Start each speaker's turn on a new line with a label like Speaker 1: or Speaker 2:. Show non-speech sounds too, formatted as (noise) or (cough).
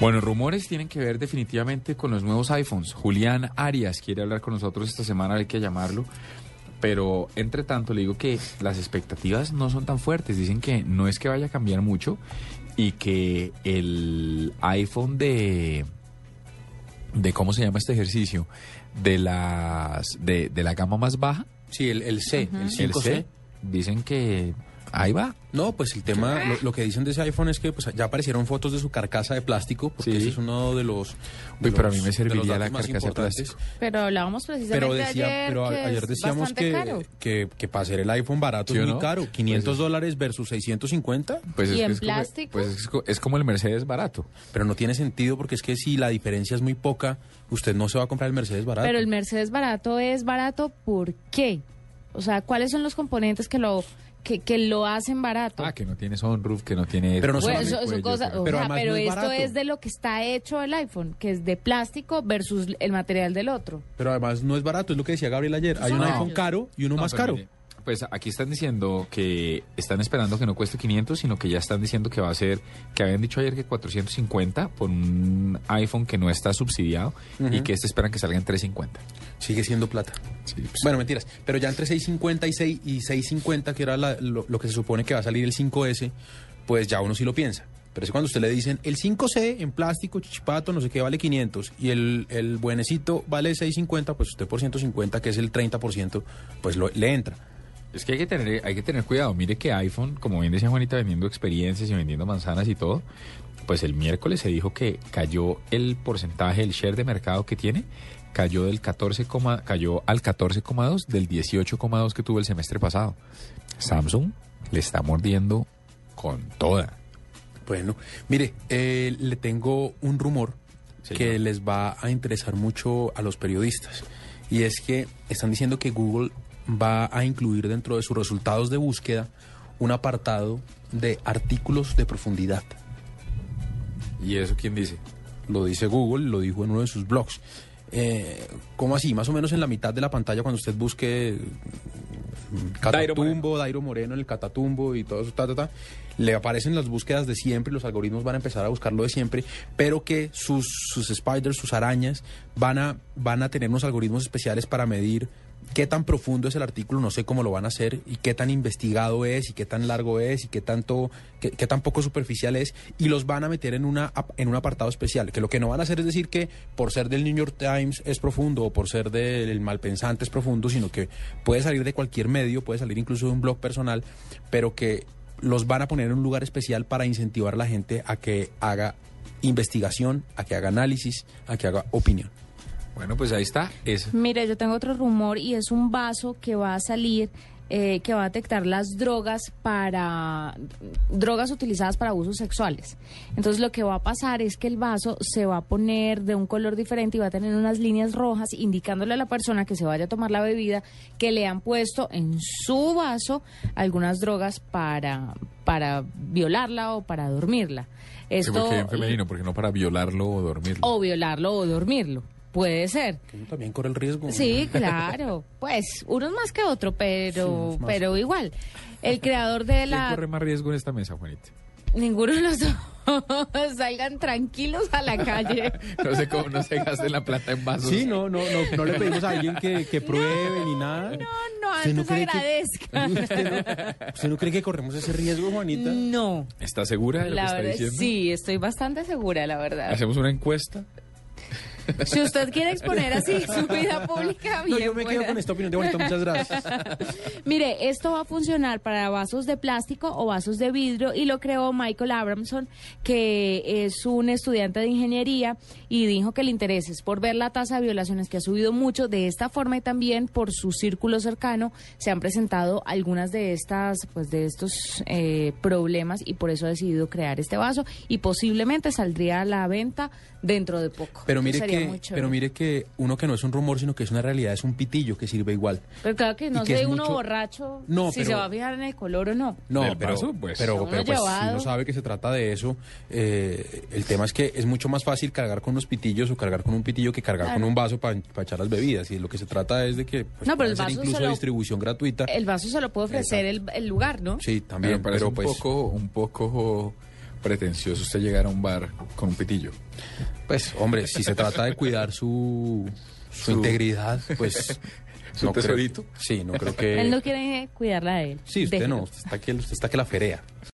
Speaker 1: Bueno, rumores tienen que ver definitivamente con los nuevos iPhones. Julián Arias quiere hablar con nosotros esta semana, hay que llamarlo. Pero entre tanto le digo que las expectativas no son tan fuertes. Dicen que no es que vaya a cambiar mucho y que el iPhone de de cómo se llama este ejercicio de las de, de la gama más baja,
Speaker 2: Sí, el, el C, el
Speaker 1: el
Speaker 2: 5C.
Speaker 1: C, dicen que ahí va.
Speaker 2: No, pues el tema, lo, lo que dicen de ese iPhone es que pues, ya aparecieron fotos de su carcasa de plástico, porque
Speaker 1: Sí.
Speaker 2: ese es uno de los. de
Speaker 1: Uy, pero a mí
Speaker 2: los-
Speaker 1: me
Speaker 2: de
Speaker 1: serviría
Speaker 2: los
Speaker 1: la
Speaker 2: datos más
Speaker 1: carcasa de
Speaker 2: importantes.
Speaker 1: plástico.
Speaker 3: Pero hablábamos precisamente
Speaker 2: Pero, decía,
Speaker 3: ayer,
Speaker 2: pero a-
Speaker 3: que
Speaker 2: ayer
Speaker 3: es
Speaker 2: decíamos
Speaker 3: bastante
Speaker 2: que,
Speaker 3: caro.
Speaker 2: que, que para hacer el iPhone barato
Speaker 1: ¿Sí o
Speaker 2: es muy
Speaker 1: no?
Speaker 2: caro. 500 dólares versus 650,
Speaker 1: Pues
Speaker 3: ¿Y
Speaker 1: es que
Speaker 3: en
Speaker 1: es como-
Speaker 3: plástico?
Speaker 1: pues es co- es como el Mercedes barato.
Speaker 2: pero no tiene sentido porque es que si la diferencia es muy poca, usted no se va a comprar el Mercedes barato.
Speaker 3: Pero el Mercedes barato es barato, ¿por qué? O sea, ¿cuáles son los componentes que lo que, que lo hacen barato?
Speaker 1: Ah, que no tiene sunroof, que no tiene.
Speaker 2: Pero no
Speaker 3: Pues,
Speaker 2: solamente
Speaker 3: eso- eso
Speaker 1: cuello,
Speaker 3: cosa-
Speaker 1: pero-
Speaker 3: o
Speaker 2: Pero
Speaker 3: sea,
Speaker 2: además
Speaker 3: pero
Speaker 2: no es
Speaker 3: esto
Speaker 2: barato.
Speaker 3: es de lo que está hecho el iPhone, que es de plástico versus el material del otro.
Speaker 2: Pero además no es barato, es lo que decía Gabriel ayer. Hay un
Speaker 3: son
Speaker 2: iPhone
Speaker 3: años.
Speaker 2: caro y uno
Speaker 1: No,
Speaker 2: más
Speaker 1: pero
Speaker 2: caro.
Speaker 1: mire, Pues aquí están diciendo que están esperando que no cueste 500, sino que ya están diciendo que va a ser, que habían dicho ayer que 450 por un iPhone que no está subsidiado y que este esperan que salga en 350.
Speaker 2: Sigue siendo plata. Bueno, mentiras. Pero ya entre 650 y, 6, y 650, que era la- lo, lo que se supone que va a salir el 5S, pues ya uno sí lo piensa. Pero es cuando usted le dicen el 5C en plástico, chichipato, no sé qué, vale 500 y el, el buenecito vale 650, pues usted por 150, que es el 30%, pues lo- le entra.
Speaker 1: Es que hay que tener, hay que tener cuidado. Mire que iPhone, como bien decía Juanita, vendiendo experiencias y vendiendo manzanas y todo, pues el miércoles se dijo que cayó el porcentaje, el share de mercado que tiene, cayó del 14, coma- cayó al 14,2 del 18,2 que tuvo el semestre pasado. Samsung le está mordiendo con toda.
Speaker 2: Bueno, mire, eh, le tengo un rumor
Speaker 1: Señor.
Speaker 2: que les va a interesar mucho a los periodistas. Y es que están diciendo que Google va a incluir dentro de sus resultados de búsqueda un apartado de artículos de profundidad.
Speaker 1: ¿Y eso quién dice?
Speaker 2: Lo dice Google, lo dijo en uno de sus blogs. Eh, ¿Cómo así? Más o menos en la mitad de la pantalla cuando usted busque mm,
Speaker 1: Dairo
Speaker 2: Catatumbo, Dairo Moreno, el Catatumbo y todo eso, ta, ta, ta, le aparecen las búsquedas de siempre, los algoritmos van a empezar a buscarlo de siempre, pero que sus, sus spiders, sus arañas, van a, van a tener unos algoritmos especiales para medir qué tan profundo es el artículo, no sé cómo lo van a hacer, y qué tan investigado es, y qué tan largo es, y qué tanto, qué, qué tan poco superficial es, y los van a meter en una ap- en un apartado especial, que lo que no van a hacer es decir que por ser del New York Times es profundo o por ser del malpensante es profundo, sino que puede salir de cualquier medio, puede salir incluso de un blog personal, pero que los van a poner en un lugar especial para incentivar a la gente a que haga investigación, a que haga análisis, a que haga opinión.
Speaker 1: Bueno, pues ahí está. Es
Speaker 3: Mire, yo tengo otro rumor y es un vaso que va a salir, eh, que va a detectar las drogas para drogas utilizadas para usos sexuales. Entonces lo que va a pasar es que el vaso se va a poner de un color diferente y va a tener unas líneas rojas indicándole a la persona que se vaya a tomar la bebida que le han puesto en su vaso algunas drogas para para violarla o para dormirla.
Speaker 1: Sí,
Speaker 3: Esto Oh,
Speaker 1: porque en femenino, porque no para violarlo o dormirlo.
Speaker 3: o violarlo o dormirlo. Puede ser.
Speaker 2: Que uno también corre el riesgo.
Speaker 3: Sí, claro. Pues unos más que otro, pero,
Speaker 2: unos más.
Speaker 3: pero igual. El creador de
Speaker 1: ¿Quién
Speaker 3: la...
Speaker 1: corre más riesgo en esta mesa, Juanita? (laughs)
Speaker 3: Ninguno de los dos (laughs) salgan tranquilos a la
Speaker 2: (laughs)
Speaker 3: calle.
Speaker 1: No sé cómo no se gaste la plata en vasos.
Speaker 2: Sí, no, no, no, no le pedimos a alguien que, que pruebe ni nada.
Speaker 3: No, no,
Speaker 2: ¿Usted no
Speaker 3: antes
Speaker 2: cree que- (laughs)
Speaker 3: agradezcan.
Speaker 2: ¿Usted no, usted no cree que corremos ese riesgo, Juanita?
Speaker 3: No.
Speaker 1: ¿Está segura de lo
Speaker 3: La
Speaker 1: que está
Speaker 3: verdad,
Speaker 1: diciendo?
Speaker 3: sí, estoy bastante segura, la verdad.
Speaker 1: Hacemos una encuesta.
Speaker 3: Si usted quiere exponer así su vida pública, bien
Speaker 2: No, yo me quedo
Speaker 3: buena.
Speaker 2: con esta opinión de bonito, muchas gracias.
Speaker 3: Mire, esto va a funcionar para vasos de plástico o vasos de vidrio y lo creó Michael Abramson, que es un estudiante de ingeniería y dijo que le interés es por ver la tasa de violaciones que ha subido mucho de esta forma y también por su círculo cercano se han presentado algunas de estas, pues de estos eh, problemas y por eso ha decidido crear este vaso y posiblemente saldría a la venta dentro de poco.
Speaker 2: Pero
Speaker 3: Eso
Speaker 2: mire,
Speaker 3: sería
Speaker 2: que,
Speaker 3: muy chévere.
Speaker 2: pero mire que uno que no es un rumor, sino que es una realidad, es un pitillo que sirve igual.
Speaker 3: Pero claro que
Speaker 2: y
Speaker 3: no
Speaker 2: que
Speaker 3: sé
Speaker 2: es
Speaker 3: uno
Speaker 2: mucho-
Speaker 3: borracho
Speaker 2: No,
Speaker 3: si se
Speaker 2: pero-
Speaker 3: va a fijar en el color o no.
Speaker 2: No,
Speaker 1: Del
Speaker 2: pero,
Speaker 1: vaso, pues.
Speaker 2: pero,
Speaker 3: Uno
Speaker 2: pero, pues, si
Speaker 3: llevado.
Speaker 2: uno sabe que se trata de eso, eh, el tema es que es mucho más fácil cargar con unos pitillos o cargar con un pitillo que cargar
Speaker 3: Claro.
Speaker 2: con un vaso para echar las bebidas. Y lo que se trata es de que pues,
Speaker 3: No, pero el
Speaker 2: pueda ser
Speaker 3: vaso
Speaker 2: incluso
Speaker 3: se lo-
Speaker 2: distribución gratuita.
Speaker 3: El vaso se lo puede ofrecer el, el lugar, ¿no?
Speaker 2: Sí, también,
Speaker 1: parece
Speaker 2: pero,
Speaker 1: un
Speaker 2: pues,
Speaker 1: poco, un poco pretencioso usted llegar a un bar con un pitillo.
Speaker 2: pues, hombre, si se trata de cuidar su, su,
Speaker 1: Su-
Speaker 2: integridad, pues...
Speaker 1: (laughs) su
Speaker 2: creo-
Speaker 1: tesorito.
Speaker 2: sí, no creo que...
Speaker 3: (laughs) Él no quiere cuidarla de él.
Speaker 2: Sí, usted
Speaker 3: Déjelo.
Speaker 2: no, usted está que, usted está que la ferea.